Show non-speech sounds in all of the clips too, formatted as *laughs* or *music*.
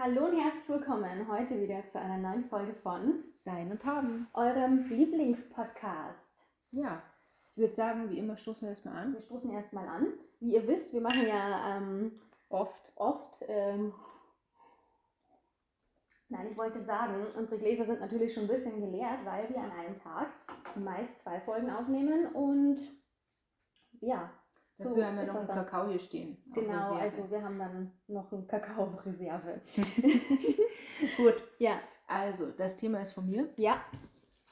Hallo und herzlich willkommen heute wieder zu einer neuen Folge von Sein und haben. eurem Lieblingspodcast. Ja, ich würde sagen, wie immer stoßen wir erstmal an. Wir stoßen erstmal an. Wie ihr wisst, wir machen ja ähm, Oft. oft. Ähm, nein, ich wollte sagen, unsere Gläser sind natürlich schon ein bisschen geleert, weil wir an einem Tag meist zwei Folgen aufnehmen und ja. so Dafür haben wir ist noch das einen dann. Kakao hier stehen. auf Genau, Reserve. also wir haben dann noch einen Kakao auf Reserve. Gut, ja, also das Thema ist von mir ja,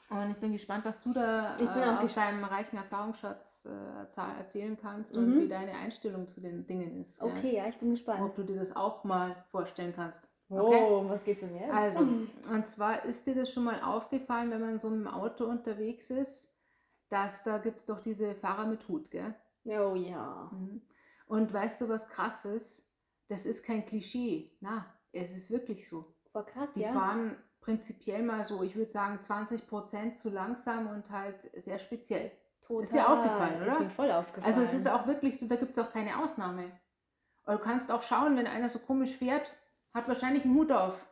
und ich bin gespannt, was du da Ich bin äh, auch aus gesp- deinem reichen Erfahrungsschatz äh, za- erzählen kannst Mhm. und wie deine Einstellung zu den Dingen ist. ja. okay, ja, ich bin gespannt. Ob du dir das auch mal vorstellen kannst. Oh, was geht's denn jetzt? Also, und zwar ist dir das schon mal aufgefallen, wenn man so mit dem Auto unterwegs ist, dass da gibt es doch diese Fahrer mit Hut, gell? Oh ja. Mhm. Und weißt du, was krass ist? Das ist kein Klischee. Na, es ist wirklich so. War krass, Die ja. fahren prinzipiell mal so, ich würde sagen, 20 Prozent zu langsam und halt sehr speziell. Total. Ist dir aufgefallen, Ist oder? mir voll aufgefallen. Also es ist auch wirklich so, da gibt es auch keine Ausnahme. Und du kannst auch schauen, wenn einer so komisch fährt, hat wahrscheinlich einen Hut auf.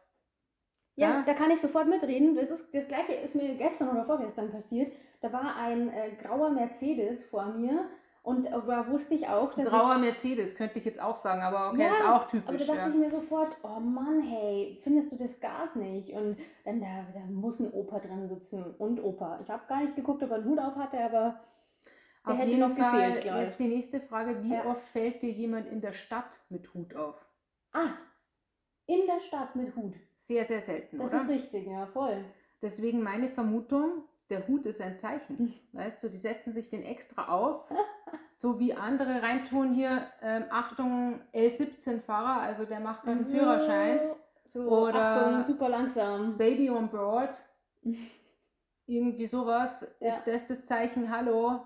Ja, Ja. da kann ich sofort mitreden. Das, ist, das gleiche ist mir gestern oder vorgestern passiert. Da war ein äh, grauer Mercedes vor mir und äh, da wusste ich auch, dass. Grauer ich, Mercedes, könnte ich jetzt auch sagen, aber okay, Ja, ist auch aber da typisch. dachte Ja. ich mir sofort, oh Mann, hey, findest du das Gas nicht? Und dann da, da muss ein Opa drin sitzen und Opa. Ich habe gar nicht geguckt, ob er einen Hut auf hatte, aber der Auf hätte jeden noch gefehlt, Fall glaub ich. jetzt die nächste Frage, wie Ja. oft fällt dir jemand in der Stadt mit Hut auf? ah, in der Stadt mit Hut. Sehr, sehr selten, Das oder? ist richtig, ja, voll. Deswegen meine Vermutung, der Hut ist ein Zeichen. Mhm. Weißt du, die setzen sich den *laughs* extra auf, so wie andere reintun hier, ähm, Achtung, L17-Fahrer, also der macht keinen Mhm. Führerschein. So, Oder- Achtung, super langsam. Baby *laughs* on board, irgendwie sowas, Ja. ist das das Zeichen, hallo,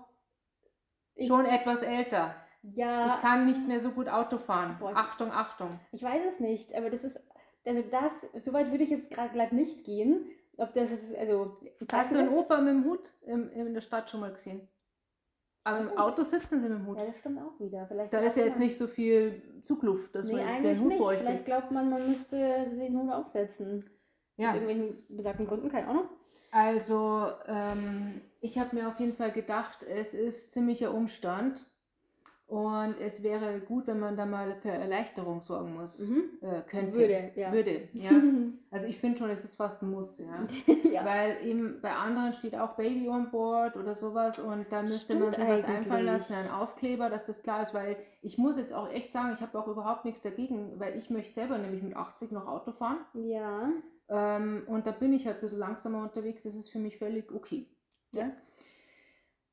Ich- schon etwas älter. Ja, Ich kann nicht mehr so gut Auto fahren. Boah, ich- Achtung, Achtung. ich weiß es nicht, aber das ist, also das, so weit würde ich jetzt gerade glatt nicht gehen. Ob das ist, also, Hast du ein einen Opa mit dem Hut im, in der Stadt schon mal gesehen? Aber weiß im nicht. Auto sitzen sie mit dem Hut. Ja, das stimmt auch wieder. Vielleicht Da glaubt ist ja jetzt man- nicht so viel Zugluft, dass nee, man jetzt eigentlich den Hut nicht. Vielleicht bräuchte. glaubt man, man müsste den Hut aufsetzen. Aus Ja, irgendwelchen besagten Gründen, keine Ahnung. also ähm, ich habe mir auf jeden Fall gedacht, es ist ziemlicher Umstand und es wäre gut, wenn man da mal für Erleichterung sorgen muss. Mhm. Äh, könnte. Würde, ja. *laughs* Würde, ja. Ja. Also ich finde schon, es ist fast ein Muss, ja. *laughs* ja. Weil eben bei anderen steht auch Baby on board oder sowas und da müsste man sich Stimmt was einfallen eigentlich. lassen, einen Aufkleber, dass das klar ist, weil ich muss jetzt auch echt sagen, ich habe auch überhaupt nichts dagegen, weil ich möchte selber nämlich mit 80 noch Auto fahren Ja. ähm, und da bin ich halt ein bisschen langsamer unterwegs, das ist für mich völlig okay. Ja.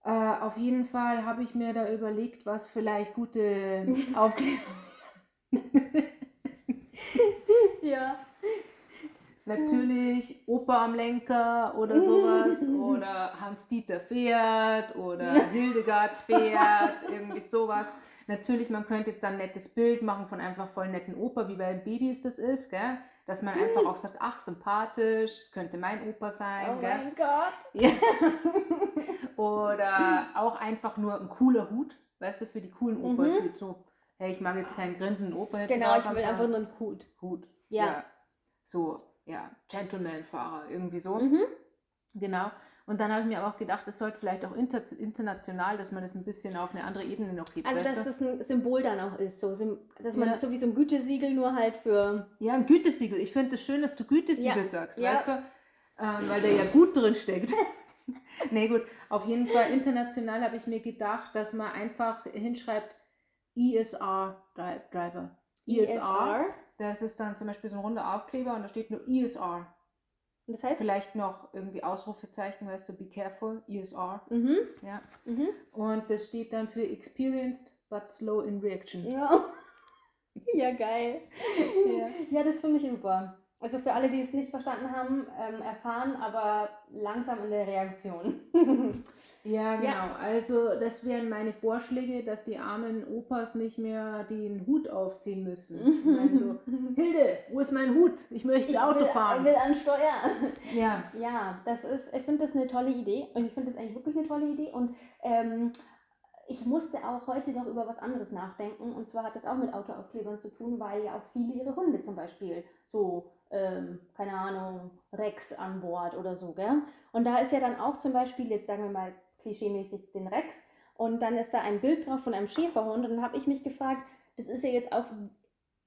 Äh, auf jeden Fall habe ich mir da überlegt, was vielleicht gute *laughs* Aufkleber. Ja. Natürlich Opa am Lenker *laughs* oder sowas oder Hans-Dieter fährt oder Hildegard *laughs* fährt, irgendwie sowas. Natürlich, man könnte jetzt dann ein nettes Bild machen von einfach voll netten Opa, wie bei Babys das ist, gell? Dass man Hm. einfach auch sagt, ach, sympathisch, das könnte mein Opa sein, Oh gell? mein Gott. Ja. *clears throat* Oder auch einfach nur ein cooler Hut, weißt du, für die coolen Opas, Mhm. die so, hey, ich mag jetzt keinen grinsenden Opa. hinten Genau, drauf ich haben, will einfach sondern- nur einen Hut. Hut. Ja. So, ja, Gentleman-Fahrer, irgendwie so. Mhm. Genau. Und dann habe ich mir aber auch gedacht, es sollte vielleicht auch inter international, dass man das ein bisschen auf eine andere Ebene noch hebt. Also, weißt dass du? das ein Symbol dann auch ist. So, Sym- dass man Ja. so wie so ein Gütesiegel nur halt für. Ja, ein Gütesiegel. Ich finde es schön, dass du Gütesiegel Ja. sagst, Ja. weißt du? Ähm, weil da ja gut drin steckt. *laughs* nee, gut. Auf jeden Fall international habe ich mir gedacht, dass man einfach hinschreibt ESR-Driver. ESR. Das ist dann zum Beispiel so ein runder Aufkleber und da steht nur ESR. Und das heißt? Vielleicht noch irgendwie Ausrufezeichen, weißt du, be careful, ESR. Mhm. Ja. Mhm. Und das steht dann für experienced but slow in reaction. Ja. *laughs* ja, geil. Ja. Ja, das finde ich super. Also für alle, die es nicht verstanden haben, ähm, erfahren, aber langsam in der Reaktion. Ja, genau. Ja. Also das wären meine Vorschläge, dass die armen Opas nicht mehr den Hut aufziehen müssen. Also, *laughs* Hilde, wo ist mein Hut? Ich möchte Auto will, fahren. will an Steuer. Ja. Ja, das ist, ich finde das eine tolle Idee und ich finde das eigentlich wirklich eine tolle Idee und ähm, ich musste auch heute noch über was anderes nachdenken. Und zwar hat das auch mit Autoaufklebern zu tun, weil ja auch viele ihre Hunde zum Beispiel so, ähm, keine Ahnung, Rex an Bord oder so, gell? Und da ist ja dann auch zum Beispiel, jetzt sagen wir mal klischeemäßig den Rex, und dann ist da ein Bild drauf von einem Schäferhund. Und dann habe ich mich gefragt, das ist ja jetzt auch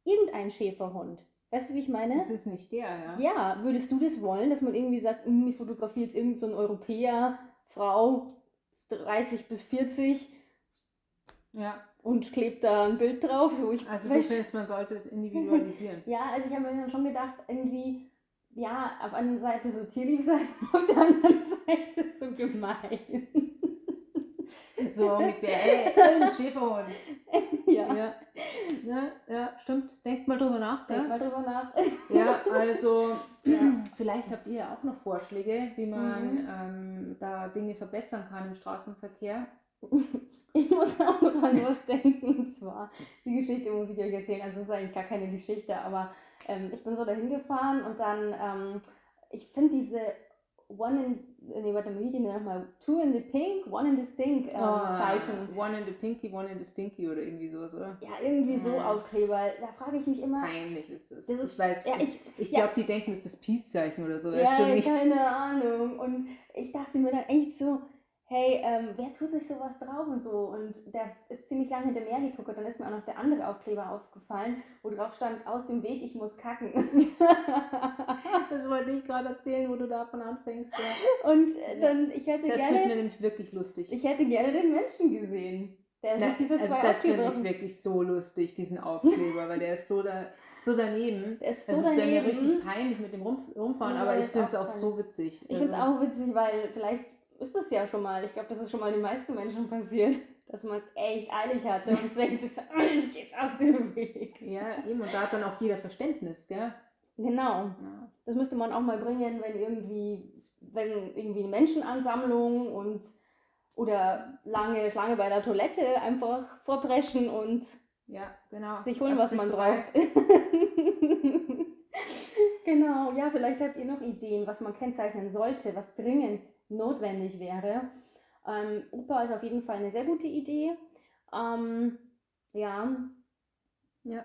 irgendein Schäferhund. Weißt du, wie ich meine? Das ist nicht der, Ne? ja. Ja, würdest du das wollen, dass man irgendwie sagt, "Hm, ich fotografiere jetzt irgendeinen so einen Europäer, Frau, 30 bis 40 Ja, und klebt da ein Bild drauf? So, ich also du weiß- findest, man sollte es *laughs* individualisieren. Ja, also ich habe mir dann schon gedacht, irgendwie, ja, auf einer Seite so tierlieb sein, *laughs* auf der anderen Seite so gemein. *laughs* So ungefähr, hey, ein Schäferhund. ja, Ja. ja, ja, stimmt. Denkt mal drüber nach. denk Gell? mal drüber nach. Ja, also Ja. vielleicht habt ihr auch noch Vorschläge, wie man Mhm. ähm, da Dinge verbessern kann im Straßenverkehr. Ich muss auch noch an was denken. Und zwar, die Geschichte muss ich euch erzählen. Also, es ist eigentlich gar keine Geschichte, aber ähm, ich bin so dahin gefahren und dann, ähm, ich finde diese One in, nee, warte mal, wie gehen die nochmal? Two in the pink, one in the stink ähm, Ah, Zeichen. One in the Pinky, one in the Stinky oder irgendwie sowas, oder? Ja, irgendwie so Mhm. Aufkleber. Da frage ich mich immer. Peinlich ist das. Das ist- ich weiß, Ja, ich, ich ja. glaube, die denken, es ist das Peace-Zeichen oder so. ja, stimmt nicht. keine Ahnung. Und ich dachte mir dann echt so, hey, ähm, wer tut sich sowas drauf und so? Und der ist ziemlich lange hinter mir hergeguckt und dann ist mir auch noch der andere Aufkleber aufgefallen, wo drauf stand, aus dem Weg, ich muss kacken. *laughs* Das wollte ich gerade erzählen, wo du davon anfängst. Ja. und äh, dann, ich hätte *laughs* Das wird gerne, mir nämlich wirklich lustig. ich hätte gerne den Menschen gesehen, der Na, sich diese also zwei das Aufkleber finde ich auf- wirklich so lustig, diesen Aufkleber, weil der ist so, da, so daneben. Der ist Das so ist wäre mir daneben. richtig peinlich mit dem Rum- Rumfahren, Ja, aber ich das finde es auch auch peinlich. so witzig. Ich finde es Also, auch witzig, weil vielleicht ist das ja schon mal, ich glaube, das ist schon mal den meisten Menschen passiert, *laughs* dass man es echt eilig hatte und denkt, *laughs* es geht aus dem Weg. Ja, eben, und da hat dann auch jeder Verständnis, gell? Genau. Ja. Das müsste man auch mal bringen, wenn irgendwie, wenn irgendwie eine Menschenansammlung und oder lange Schlange bei der Toilette einfach vorpreschen und Ja, genau. sich holen, Lass was man dich vorbei. braucht. *laughs* genau, ja, vielleicht habt ihr noch Ideen, was man kennzeichnen sollte, was dringend notwendig wäre. Ähm, Opa ist auf jeden Fall eine sehr gute Idee. Ähm, ja. Ja.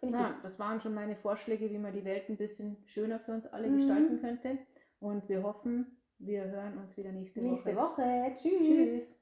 Finde ich Ja, das waren schon meine Vorschläge, wie man die Welt ein bisschen schöner für uns alle Mhm. gestalten könnte. Und wir hoffen, wir hören uns wieder nächste, gut. Nächste Woche. Woche. Tschüss. Tschüss.